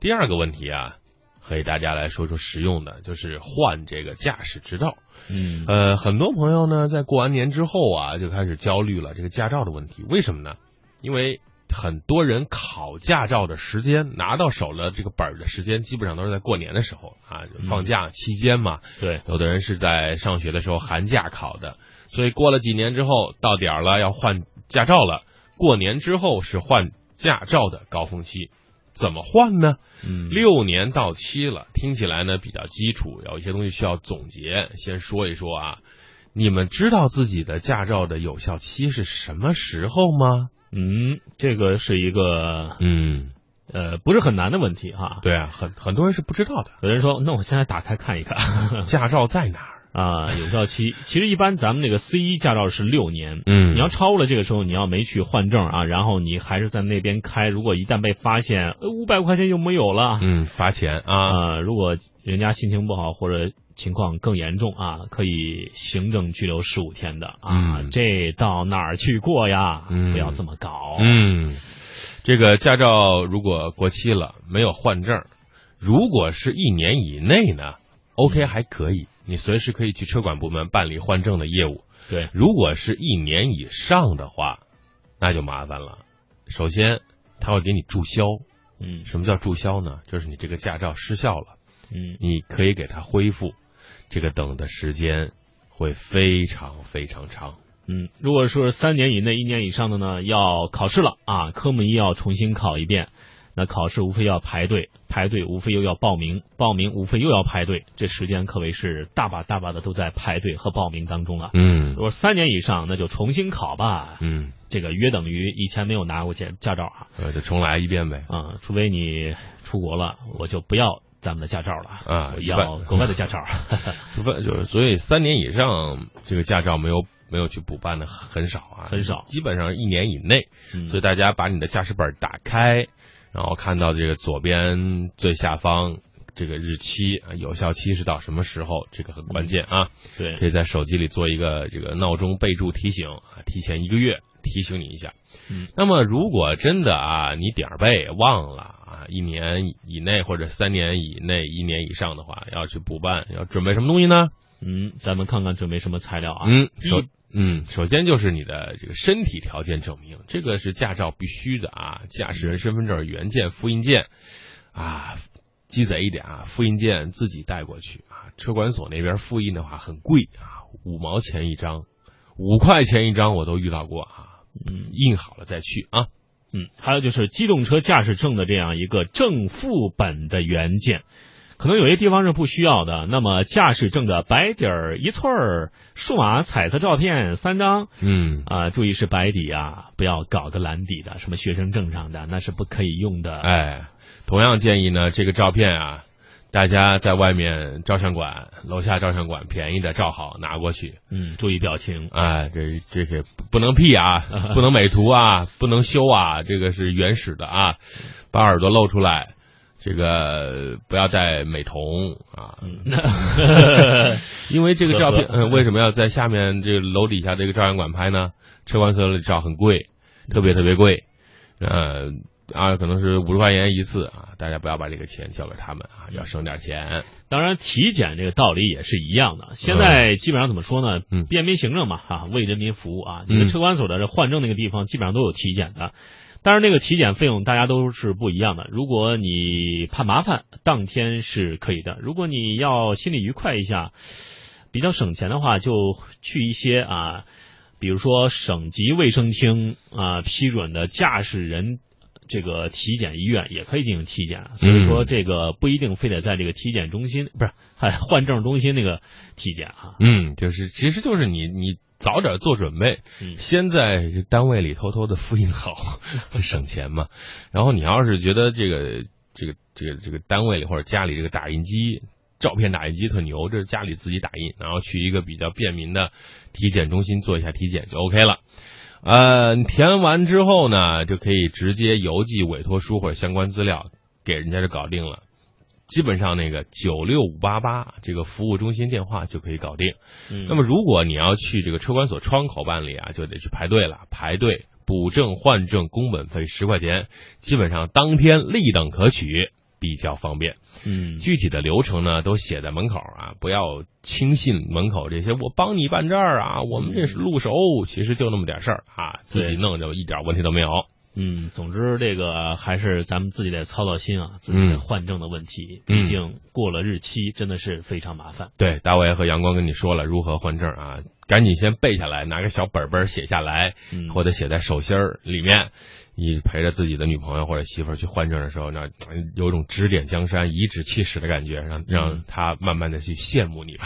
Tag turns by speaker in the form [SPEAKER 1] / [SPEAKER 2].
[SPEAKER 1] 第二个问题啊，和大家来说说实用的，就是换这个驾驶执照。
[SPEAKER 2] 嗯
[SPEAKER 1] 呃，很多朋友呢，在过完年之后啊，就开始焦虑了这个驾照的问题。为什么呢？因为很多人考驾照的时间，拿到手了这个本儿的时间，基本上都是在过年的时候啊，就放假期间嘛。
[SPEAKER 2] 对，
[SPEAKER 1] 有的人是在上学的时候寒假考的，所以过了几年之后，到点儿了要换驾照了。过年之后是换驾照的高峰期，怎么换呢？
[SPEAKER 2] 嗯
[SPEAKER 1] 六年到期了，听起来呢比较基础，有一些东西需要总结。先说一说啊，你们知道自己的驾照的有效期是什么时候吗？
[SPEAKER 2] 嗯，这个是一个
[SPEAKER 1] 嗯，
[SPEAKER 2] 呃不是很难的问题哈。
[SPEAKER 1] 对啊，很很多人是不知道的。
[SPEAKER 2] 有人说，那我现在打开看一看
[SPEAKER 1] 驾照在哪儿？
[SPEAKER 2] 啊，有效期。其实一般咱们这个 C 一驾照是六年，
[SPEAKER 1] 嗯
[SPEAKER 2] 你要超了这个时候，你要没去换证啊，然后你还是在那边开，如果一旦被发现，呃五百块钱就没有了。
[SPEAKER 1] 嗯罚钱啊，
[SPEAKER 2] 啊、如果人家心情不好或者情况更严重啊，可以行政拘留十五天的啊，
[SPEAKER 1] 嗯
[SPEAKER 2] 这到哪儿去过呀？
[SPEAKER 1] 嗯
[SPEAKER 2] 不要这么搞。
[SPEAKER 1] 嗯，这个驾照如果过期了没有换证，如果是一年以内呢，OK 还可以，你随时可以去车管部门办理换证的业务。
[SPEAKER 2] 对，
[SPEAKER 1] 如果是一年以上的话，那就麻烦了。首先，他会给你注销。
[SPEAKER 2] 嗯
[SPEAKER 1] 什么叫注销呢？就是你这个驾照失效了，
[SPEAKER 2] 嗯
[SPEAKER 1] 你可以给它恢复，这个等的时间会非常非常长。
[SPEAKER 2] 嗯，如果说是三年以内、一年以上的呢，要考试了啊，科目一要重新考一遍。那考试无非要排队，排队无非又要报名，报名无非又要排队，这时间可谓是大把大把的都在排队和报名当中了。
[SPEAKER 1] 嗯
[SPEAKER 2] 如果三年以上，那就重新考吧。
[SPEAKER 1] 嗯，
[SPEAKER 2] 这个约等于以前没有拿过驾驾照啊
[SPEAKER 1] 呃，就重来一遍呗。
[SPEAKER 2] 啊、除非你出国了，我就不要咱们的驾照了
[SPEAKER 1] 啊
[SPEAKER 2] 我
[SPEAKER 1] 一
[SPEAKER 2] 要
[SPEAKER 1] 般
[SPEAKER 2] 国外的驾照。
[SPEAKER 1] 除非就是，所以三年以上这个驾照没有没有去补办的很少 啊，
[SPEAKER 2] 很少
[SPEAKER 1] 基本上一年以内。
[SPEAKER 2] 嗯
[SPEAKER 1] 所以大家把你的驾驶本打开，然后看到这个左边最下方这个日期，啊有效期是到什么时候，这个很关键啊。
[SPEAKER 2] 对，
[SPEAKER 1] 可以在手机里做一个这个闹钟备注提醒啊，提前一个月提醒你一下。
[SPEAKER 2] 嗯
[SPEAKER 1] 那么如果真的啊，你点儿背忘了啊，一年以内或者三年以内、一年以上的话，要去补办，要准备什么东西呢？
[SPEAKER 2] 嗯，咱们看看准备什么材料啊？
[SPEAKER 1] 嗯，
[SPEAKER 2] 第一
[SPEAKER 1] 首嗯，首先就是你的这个身体条件证明，这个是驾照必须的啊，驾驶人身份证原件、复印件啊，鸡贼一点啊，复印件自己带过去啊，车管所那边复印的话很贵啊，五毛钱一张，五块钱一张我都遇到过啊，
[SPEAKER 2] 嗯
[SPEAKER 1] 印好了再去啊，
[SPEAKER 2] 嗯，还有就是机动车驾驶证的这样一个正副本的原件，可能有些地方是不需要的。那么驾驶证的白底儿一寸儿，数码彩色照片三张，
[SPEAKER 1] 嗯
[SPEAKER 2] 啊、注意是白底啊，不要搞个蓝底的，什么学生证上的那是不可以用的。
[SPEAKER 1] 哎，同样建议呢，这个照片啊，大家在外面照相馆楼下照相馆便宜的照好拿过去。
[SPEAKER 2] 嗯，注意表情。
[SPEAKER 1] 哎，这这个不能 P 啊，不能美图啊，不能修啊，这个是原始的啊，把耳朵露出来，这个不要戴美瞳啊，因为这个照片、
[SPEAKER 2] 嗯呵呵
[SPEAKER 1] 嗯、为什么要在下面这个楼底下这个照相馆拍呢？车管所里照很贵，特别特别贵，呃啊，可能是五十块钱一次啊，大家不要把这个钱交给他们啊，要省点钱，
[SPEAKER 2] 当然，体检这个道理也是一样的。现在基本上怎么说呢？
[SPEAKER 1] 嗯
[SPEAKER 2] 便民行政嘛，哈、为人民服务啊。
[SPEAKER 1] 嗯
[SPEAKER 2] 你的车管所的这换证那个地方基本上都有体检的，但是那个体检费用大家都是不一样的。如果你怕麻烦，当天是可以的；如果你要心里愉快一下，比较省钱的话，就去一些啊，比如说省级卫生厅啊批准的驾驶人这个体检医院也可以进行体检，所以说这个不一定非得在这个体检中心，不是还换证中心那个体检啊。
[SPEAKER 1] 嗯，就是其实就是你你早点做准备，
[SPEAKER 2] 嗯
[SPEAKER 1] 先在这单位里偷偷的复印好， 省钱嘛。然后你要是觉得这个这个这个这个单位里或者家里这个打印机。照片打印机特牛，这是家里自己打印，然后去一个比较便民的体检中心做一下体检就 OK 了。呃，你填完之后呢，就可以直接邮寄委托书或者相关资料给人家就搞定了。基本上那个九六五八八这个服务中心电话就可以搞定。
[SPEAKER 2] 嗯
[SPEAKER 1] 那么如果你要去这个车管所窗口办理啊，就得去排队了，排队补证换证工本费十块钱，基本上当天立等可取。比较方便。
[SPEAKER 2] 嗯，
[SPEAKER 1] 具体的流程呢，都写在门口啊，不要轻信门口这些“我帮你办证儿啊，我们这是路熟”，其实就那么点事儿啊，自己
[SPEAKER 2] 对
[SPEAKER 1] 弄就一点问题都没有。
[SPEAKER 2] 嗯，总之这个还是咱们自己得操操心啊，自己
[SPEAKER 1] 嗯
[SPEAKER 2] 得换证的问题，
[SPEAKER 1] 嗯
[SPEAKER 2] 毕竟过了日期真的是非常麻烦。
[SPEAKER 1] 对，大卫和阳光跟你说了如何换证啊，赶紧先背下来，拿个小本本儿写下来，
[SPEAKER 2] 嗯，
[SPEAKER 1] 或者写在手心儿里面。你陪着自己的女朋友或者媳妇儿去换证的时候，那呃有种指点江山、颐指气使的感觉，让让她慢慢的去羡慕你吧。